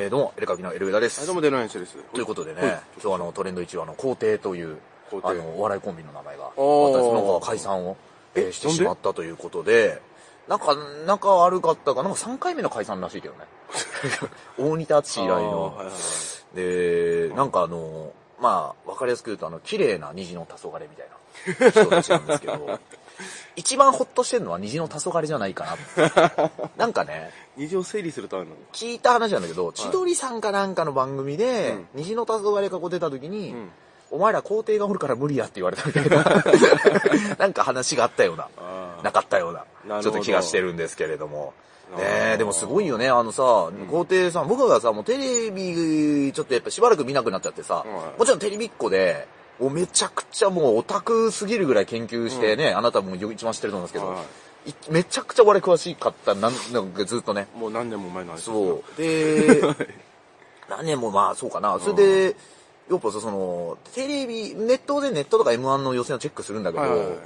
えーどうも、エレカキのエルウェダです。あどうも出ないんです。ということでね、はい今日あのトレンド1はあの皇帝という皇帝あのお笑いコンビの名前があったーんですなんか解散を、えーえしてしまったということで、なんか仲悪かったかなんか3回目の解散らしい けどね。大仁田敦以来あーはいはいの。はいで、なんかあの、まあ、わかりやすく言うと、あの、綺麗な虹の黄昏みたいな人たちなんですけ ど、一番ホッとしてるのは虹の黄昏じゃないかなって。なんかね、二乗整理するとあるのか。聞いた話なんだけど、千鳥さんかなんかの番組で、うん虹の黄昏がこう出た時に、んお前ら皇帝がおるから無理やって言われたみた いな、なんか話があったような、あなかったようなな、るほどちょっと気がしてるんですけれども。ねあえ、ーでもすごいよね、あのさ、皇帝さん、僕がさ、もうテレビ、ちょっとやっぱしばらく見なくなっちゃってさ、うんもちろんテレビっ子で、もうめちゃくちゃもうオタクすぎるぐらい研究してね、あなたも一番知ってると思うんですけど、はいめちゃくちゃ俺詳しかった、なんなんかずっとね。もう何年も前の話ですねそう。で、 何年もまあそうかな。それで、やっぱさその、テレビ、ネットでネットとか M1 の予選をチェックするんだけどはいはいはい、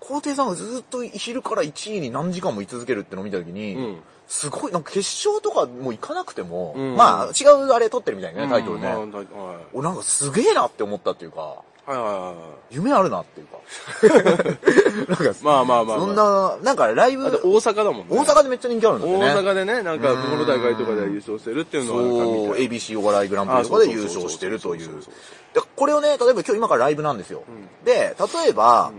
皇帝さんがずっと昼から1位に何時間も居続けるってのを見たときに、うんすごい、なんか決勝とかもう行かなくても、うんまあ違うあれ撮ってるみたいなね、タイトルね。うんまあタイトルはいおなんかすげえなって思ったっていうか、はいはいは夢あるなっていうか。なんか、い。まあまあまあまあ。そんな、なんかライブだって、大阪だもんね。大阪でめっちゃ人気あるんだってね。大阪でね、なんか、この大会とかで優勝してるっていうのはなんか見そう、て、 ABC お笑いグランプリとかで優勝してるといあそううそうそうそうそうそう。で、これをね、例えば今日今からライブなんですよ。で、例えば、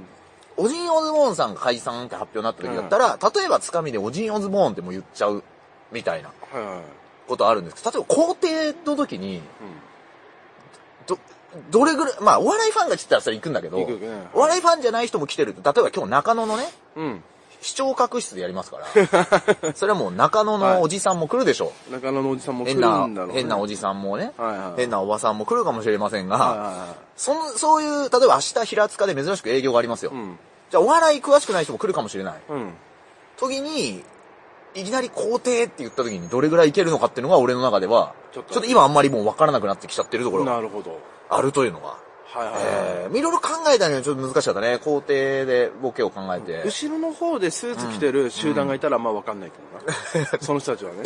オジン・オズボーンさんが解散って発表になった時だったら、例えばつかみでオジン・オズボーンってもう言っちゃうみたいなはいはいはい。ことあるんですけど、例えば皇帝の時に、ど、どれぐらい、まあお笑いファンが来てたらそれ行くんだけど、行く行くねお笑いファンじゃない人も来てると、例えば今日中野のね、うん。うん。視聴覚室でやります から、それはもう中野のおじさんも来るでしょう。中野のおじさんも来る変んだろなう、ね。変なおじじさんもね、はいはい変なおばさんも来るかもしれませんが、はいはいはその、そういう、例えば明日平塚で珍しく営業がありますよ。い。うん。じゃあお笑い詳しくない人も来るかもしれない。うん。時に、いきなり皇帝って言った時にどれぐらいいけるのかっていうのが俺の中では、ちちょょっっとと今あんまりもう分からなくなってきちゃってるところがなるほど。あるというのが。はいはいはい。えー、いろいろ考えたのにちょっと難しかったね。皇帝でボケを考えて、後ろの方でスーツ着てる集団がいたら、まあわかんないけど な。その人たちはね。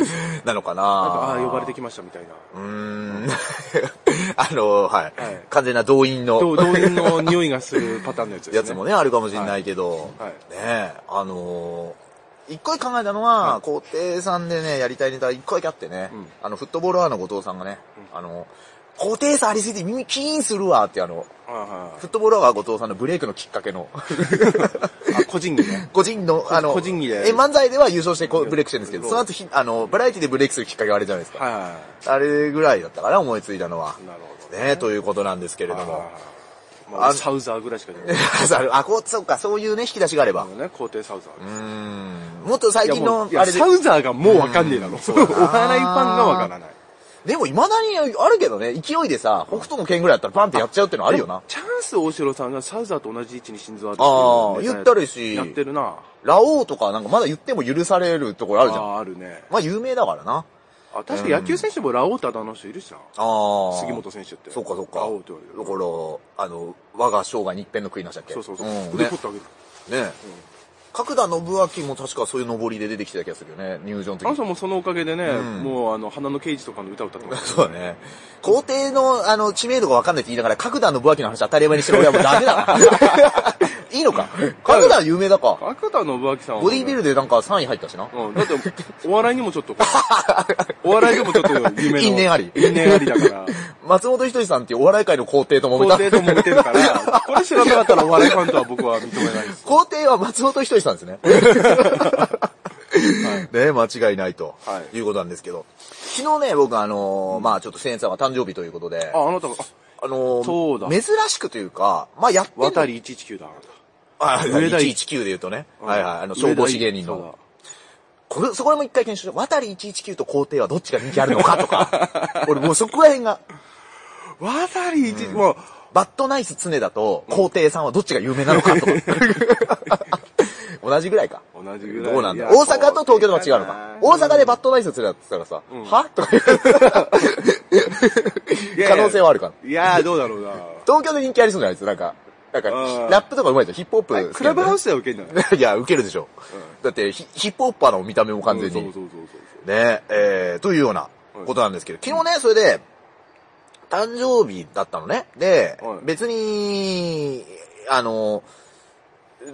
なのかなああ、呼ばれてきましたみたいな。うーん。 あの、はい。はい完全な動員の。同動員の匂いがするパターンのやつですね。 やつもね、あるかもしれないけど、はいはいねえ、あのー一回考えたのは、皇帝さんでね、やりたいネタ一個だけあってね、うんあの、フットボールアワーの後藤さんがね、あの、皇帝さんありすぎて耳キーンするわってあの、はいはフットボールアワー後藤さんのブレイクのきっかけ の、いはい。あ、個人技ね。個人の、あの、個人技でえ、漫才では優勝してこうブレイクしてるんですけど、うんその後ひ、あの、バラエティでブレイクするきっかけがあれじゃないですか。はいはいはあれぐらいだったかな、思いついたのは。い。なるほどね。ねえ、ということなんですけれども。はいまあ、サウザーぐらいしか出ない。あ、こう、 そうか、そういうね、引き出しがあれば。ね、皇帝サウザー。うーんもっと最いや近ものう、いやあれでサ、ウザーがもうわかんねえだろ。おそうだな笑いファンがわからない。でも未だにあるけどね、勢いでさ、北斗の剣ぐらいだったらバンってやっちゃうってのあるよな。チャンス大城さんがサウザーと同じ位置に心臓あああ言ったりしやってるな。ラオウとかなんかまだ言っても許されるところああるじゃん。あ、あるね。まあ有名だからな。あ、確か野球選手もラオウタだの人いるしな。ああ。杉本選手って。そうかそうか。ラオウって言われる。だから、あの、我が生涯に一遍の悔いなしだっけそうそうそう。ん、腕ね取っ。てあげる。ね。角田信明も確かそういう登りで出てきてた気がするよね、入場の時あの人もそのおかげでね、うんもうあの、花の刑事とかの歌を歌ってます。そうだね。皇帝の、あの、知名度がわかんないって言いながら、角田信明の話当たり前にしてる俺はもうダメだな。いいのか。角田有名だか。赤田信明さんは、ボディービルでなんか3位入ったしな。うん、だって、お笑いにもちょっと こう、お笑いでもちょっと有名な。因縁あり因縁ありだから。松本人志さん っていうお笑い界の皇帝と揉め皇た。帝と揉めてるから、これ知らなかったらお笑いファンとは僕は認めないです。皇帝は松本人志さんですね。 ね間違いないと、、はいうことなんですけど。昨日ね、僕あのーまあちょっと千円さんが誕生日ということで、あ、あなたが、あのーそうだ珍しくというか、まあやってる渡り119だ、あなあ、上田119で言うとね、た。はいはい、あの、消防士芸人の。。これ、そこらも一回検証して、渡り119と皇帝はどっちが人気あるのかとか、 俺もうそこら辺が、そうだ渡り119、もう、バッドナイス常だと、皇帝さんはどっちが有名なの かとか。同じぐらいか。同じぐらい。どうなんだいや大阪と東京とは違うのか。大阪でバッドナイス常だって言ったらさ、はとか言いやう可能性はあるかな。いやどうだろうな。東京で人気ありそうじゃないですか。なんか、なんか、うんラップとか上手いでしょ。ヒップホップ好きなんだよね。クラブハウスでは受けんじゃない いや、ウケるでしょ。だってヒ、ヒップホッパーの見た目も完全に。うんそうそうそうそうそう。ねえー、というような、ことなんですけど、昨日ね、それで、誕生日だったのね。で、はい別に、あの、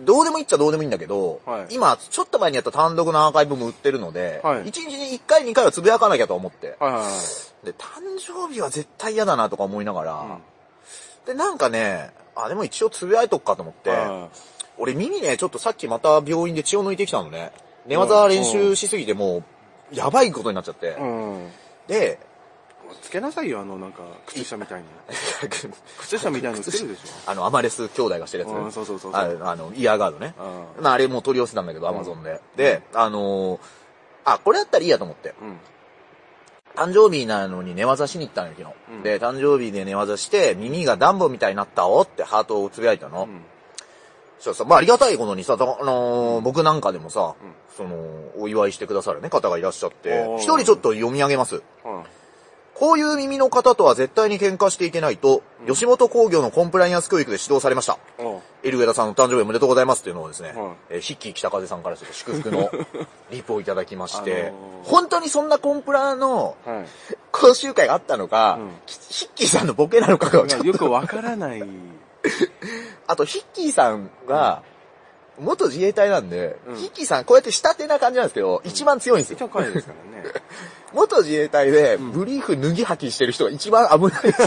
どうでもいいっちゃどうでもいいんだけど、はい今、ちょっと前にやった単独のアーカイブも売ってるので、はい1日に1回2回はつぶやかなきゃと思って、はいはいはい。で、誕生日は絶対嫌だなとか思いながら、で、なんかね、あ、でも一応つぶやいとくかと思って、は俺耳ね、ちょっとさっきまた病院で血を抜いてきたのね。寝技練習しすぎてもう、やばいことになっちゃって。いうん。で、つけなさいよ、あの、なんか、靴下みたいに。靴下みたいにつけるでし あの、アマレス兄弟がしてるやつ。うんそうそうそうそうああの、イヤーガードね。ょ。まあ、あれもう取り寄せたんだけど、アマゾンで。で、あのーあ、これだったらいいやと思って。うん。うん。誕生日なのに寝技しに行ったのよ、昨日。うんで、誕生日で寝技して、耳がダンボみたいになったおってハートをつぶやいたの。うんそうさ、まあありがたいことにさ、たあのー僕なんかでもさ、うんその、お祝いしてくださるね、方がいらっしゃっておー、一人ちょっと読み上げます。うん。こういう耳の方とは絶対に喧嘩していけないと、うん吉本興業のコンプライアンス教育で指導されました。おうエルウェダさんの誕生日おめでとうございますっていうのをですね、はいえーヒッキー北風さんからちょっと祝福 のリプをいただきまして、あのー本当にそんなコンプラのはい。講習会があったのか、うんきヒッキーさんのボケなのかがちょっとよくわからない。あと、ヒッキーさんが、元自衛隊なんで、うんヒッキーさんこうやって下手な感じなんですけど、一番強いんです一応よ。彼ですからね。元自衛隊で、んブリーフ脱ぎ履きしてる人が一番危ないです。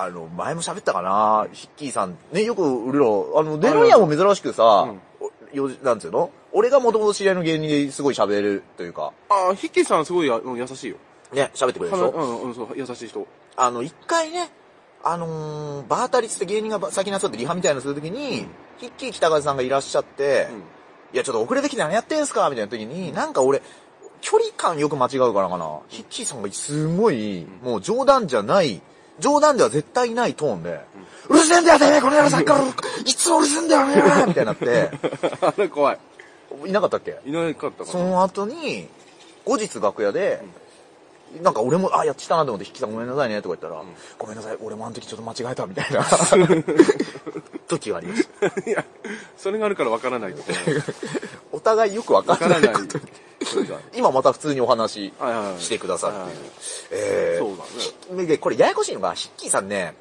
あの、前も喋ったかなヒッキーさん、ね、よく俺ら、あの、デロリアンも珍しくさ、およなんつうの俺が元々知り合いの芸人ですごい喋るというか、ああ、ヒッキーさんすごいやうん優しいよ。ね、喋ってくれるでしょ、うん、うん、そう、優しい人。あの、一回ね、あのー、バータリスって芸人が先に集ってリハみたいなのするときに、ヒッキー北風さんがいらっしゃって、うんいや、ちょっと遅れてきて何やってんすかみたいな時に、なんか俺、距離感よく間違うからかな。ヒッキーさんがすごい、もう冗談じゃない、冗談では絶対ないトーンで、うるせえんだよ、てめえ、この野郎さっきから、いつもうるせえんだよ、ねみたいになって、あれ怖い。いなかったっけいなかったかそな。の後に、後日楽屋で、なんか俺も、あ、やってたなと思って、引きさんごめんなさいね、とか言ったら、ごめんなさい、俺もあの時ちょっと間違えた、みたいな、時がありました。いや、それがあるからわからないって。お互いよくわかわらかならいないこと。。それが今また普通にお話はいはいはいしてくださはいっはいていう。えーそうだねひでこれややこしいのが、ヒッキーさんね、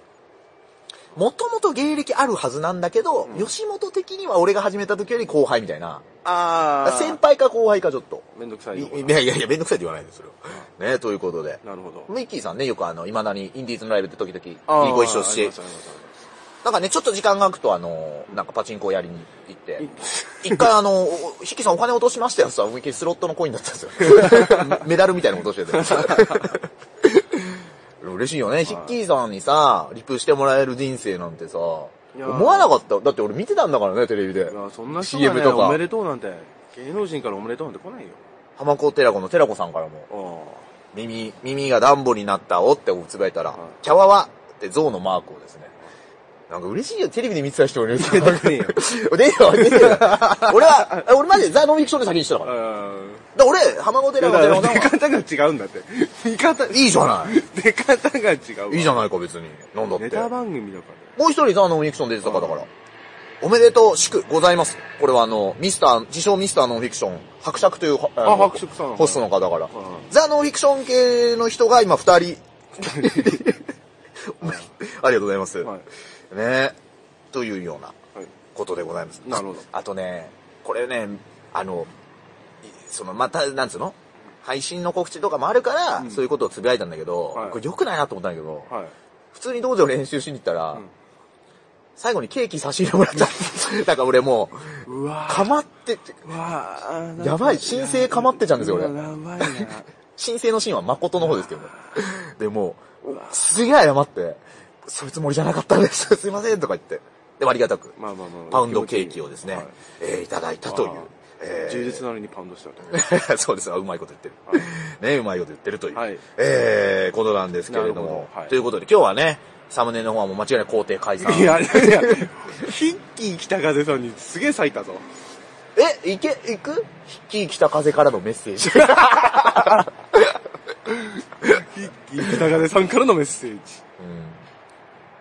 もともと芸歴あるはずなんだけど、吉本的には俺が始めた時より後輩みたいな。ああ。先輩か後輩かちょっと。めんどくさいいよ。いやいやいや、めんどくさいって言わないですよ。それはね、ということで。なるほど。ミッキーさんね、よくあの、未だにインディーズのライブで時あ々ーご一緒してありま、たありましたなんかね、ちょっと時間が空くとあの、なんかパチンコやりに行って、一回あの、おヒッキーさんお金落としましたよさ、思いっきりスロットのコインだったん ですよ。メダルみたいなの落としてて。嬉しいよね。ヒッキーさんにさ、リプしてもらえる人生なんてさ、いやー思わなかった。だって俺見てたんだからね、テレビでい。やそんな人 CM がね、とかおめでとうなんて、芸能人からおめでとうなんて来ないよ。浜子寺子の寺子さんからも、あ耳、耳がダンボになったおってつぶやいたら、いキャワワって象のマークをですね。なんか嬉しいよ、テレビで見てた人俺出て出て ねえよよ、出てよ。俺は、俺マジでザ・ノンフィクションで先にしてたから。だかあ。ら俺、浜子寺だ子か寺ら子さん出は方が違うんだって。見方、いいじゃない。出方が違う。いいじゃん。ないか、別に。なんだっネて。タも番組だかう一人ザ・ノンフィクション出てた方だからう。おめでとう、祝、ございます。これはあの、ミスター、自称ミスターノンフィクション、伯爵という、あのあ伯爵さんホストの方からら。。うんザ・ノンフィクション系の人が今二 人。ありがとうございます。はいねというようなはい。ことでございます。なるほどあとね、これね、あの、いその、また、なんつうの配信の告知とかもあるから、うんそういうことをつぶやいたんだけど、はいこれ良くないなと思ったんだけど、はい。普通に道場練習しに行ったら、うん最後にケーキ差し入れもらっ ちゃった。だから俺もう、うわかまってて、うわあなんかやばい新生かまってちゃうんですよ俺うわやばいな。申請のシーンは誠の方ですけどね。でもう、すげえ謝って、そういうつもりじゃなかったんです。すいませんとか言って。でもありがたく、まあまあまあ。 パウンドケーキをですね、はいえーいただいたというあー。えー充実なのにパウンドしたと。そうです。あうまいこと言ってる。ね、うまいこと言ってるという、はいえーことなんですけれどなるもほ。どはいということで、今日はね、サムネの方はもう間 違いなく肯定解散。いや、いやいや、ヒッキー北風さんにすげえ咲いたぞ。え、いけ、いくヒッキー北風からのメッセー ジ。ヒッキー北風さんからのメッセージ。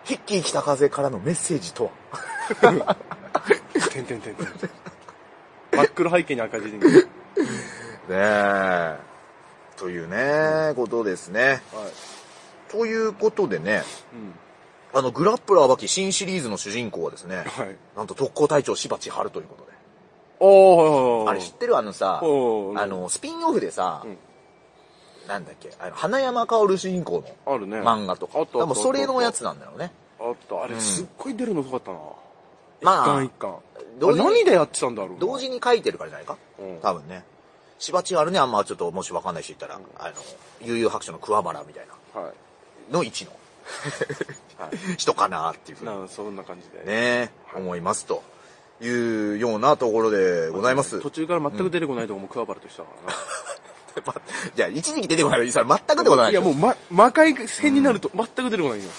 ヒッキー北風からのメッセージとはてんてんてんてん。真っ黒背景に赤字に。え。というね、ことですね。はい。ということでね、うん。あの、グラップラーばき新シリーズの主人公はですね、はい。なんと特攻隊長柴千春ということで。おー。あれ知ってるあのさ、おーあの、スピンオフでさ、うんなんだっけ、あの、花山薫主人公のあるね。漫画とか、あったあった多分それのやつなんだろうね。あった。あれ、すっごい出るのすごかったな。一ま巻あ一、巻。同時にあれ何でやってたんだろうな同時に書いてるからじゃないか、うん多分ね。柴千春ね、あんまちょっともしわかんない人いたら、あの、悠々白書の桑原みたいな、はの一のい。は 人かなっていうふい。うになんそんな感じで。。ね、思いますというようなところでございます。途中から全く出てこないとこも桑原としたからな。じゃあ、一時期出てこない。それ全く でもない。いや、もう、ま、魔界戦になると全く出てこないよ。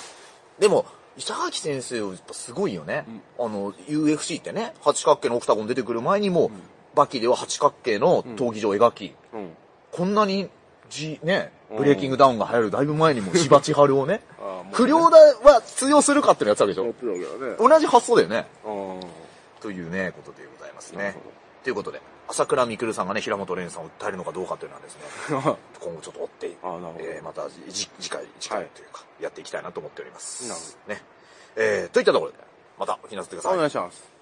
でも、板垣先生はやっぱすごいよね。あの、UFC ってね、八角形のオクタゴン出てくる前にも、バキでは八角形の闘技場を描き、うん。こんなに、じ、ね、うんブレイキングダウンが流行るだいぶ前に も、芝千春をねああもうね、不良だは通用するかっていうのやつあるでしょてるわけだね。同じ発想だよね。うん。 というね、ことでございますなるねほど。ということで、朝倉未来さんがね、平本蓮さんを訴えるのかどうかというのはですね、今後ちょっと追って、あなるほどえーまたじ次回、次回というか、やっていきたいなと思っております。なるほね。えー、といったところで、またお聞きなさってください。お願いします。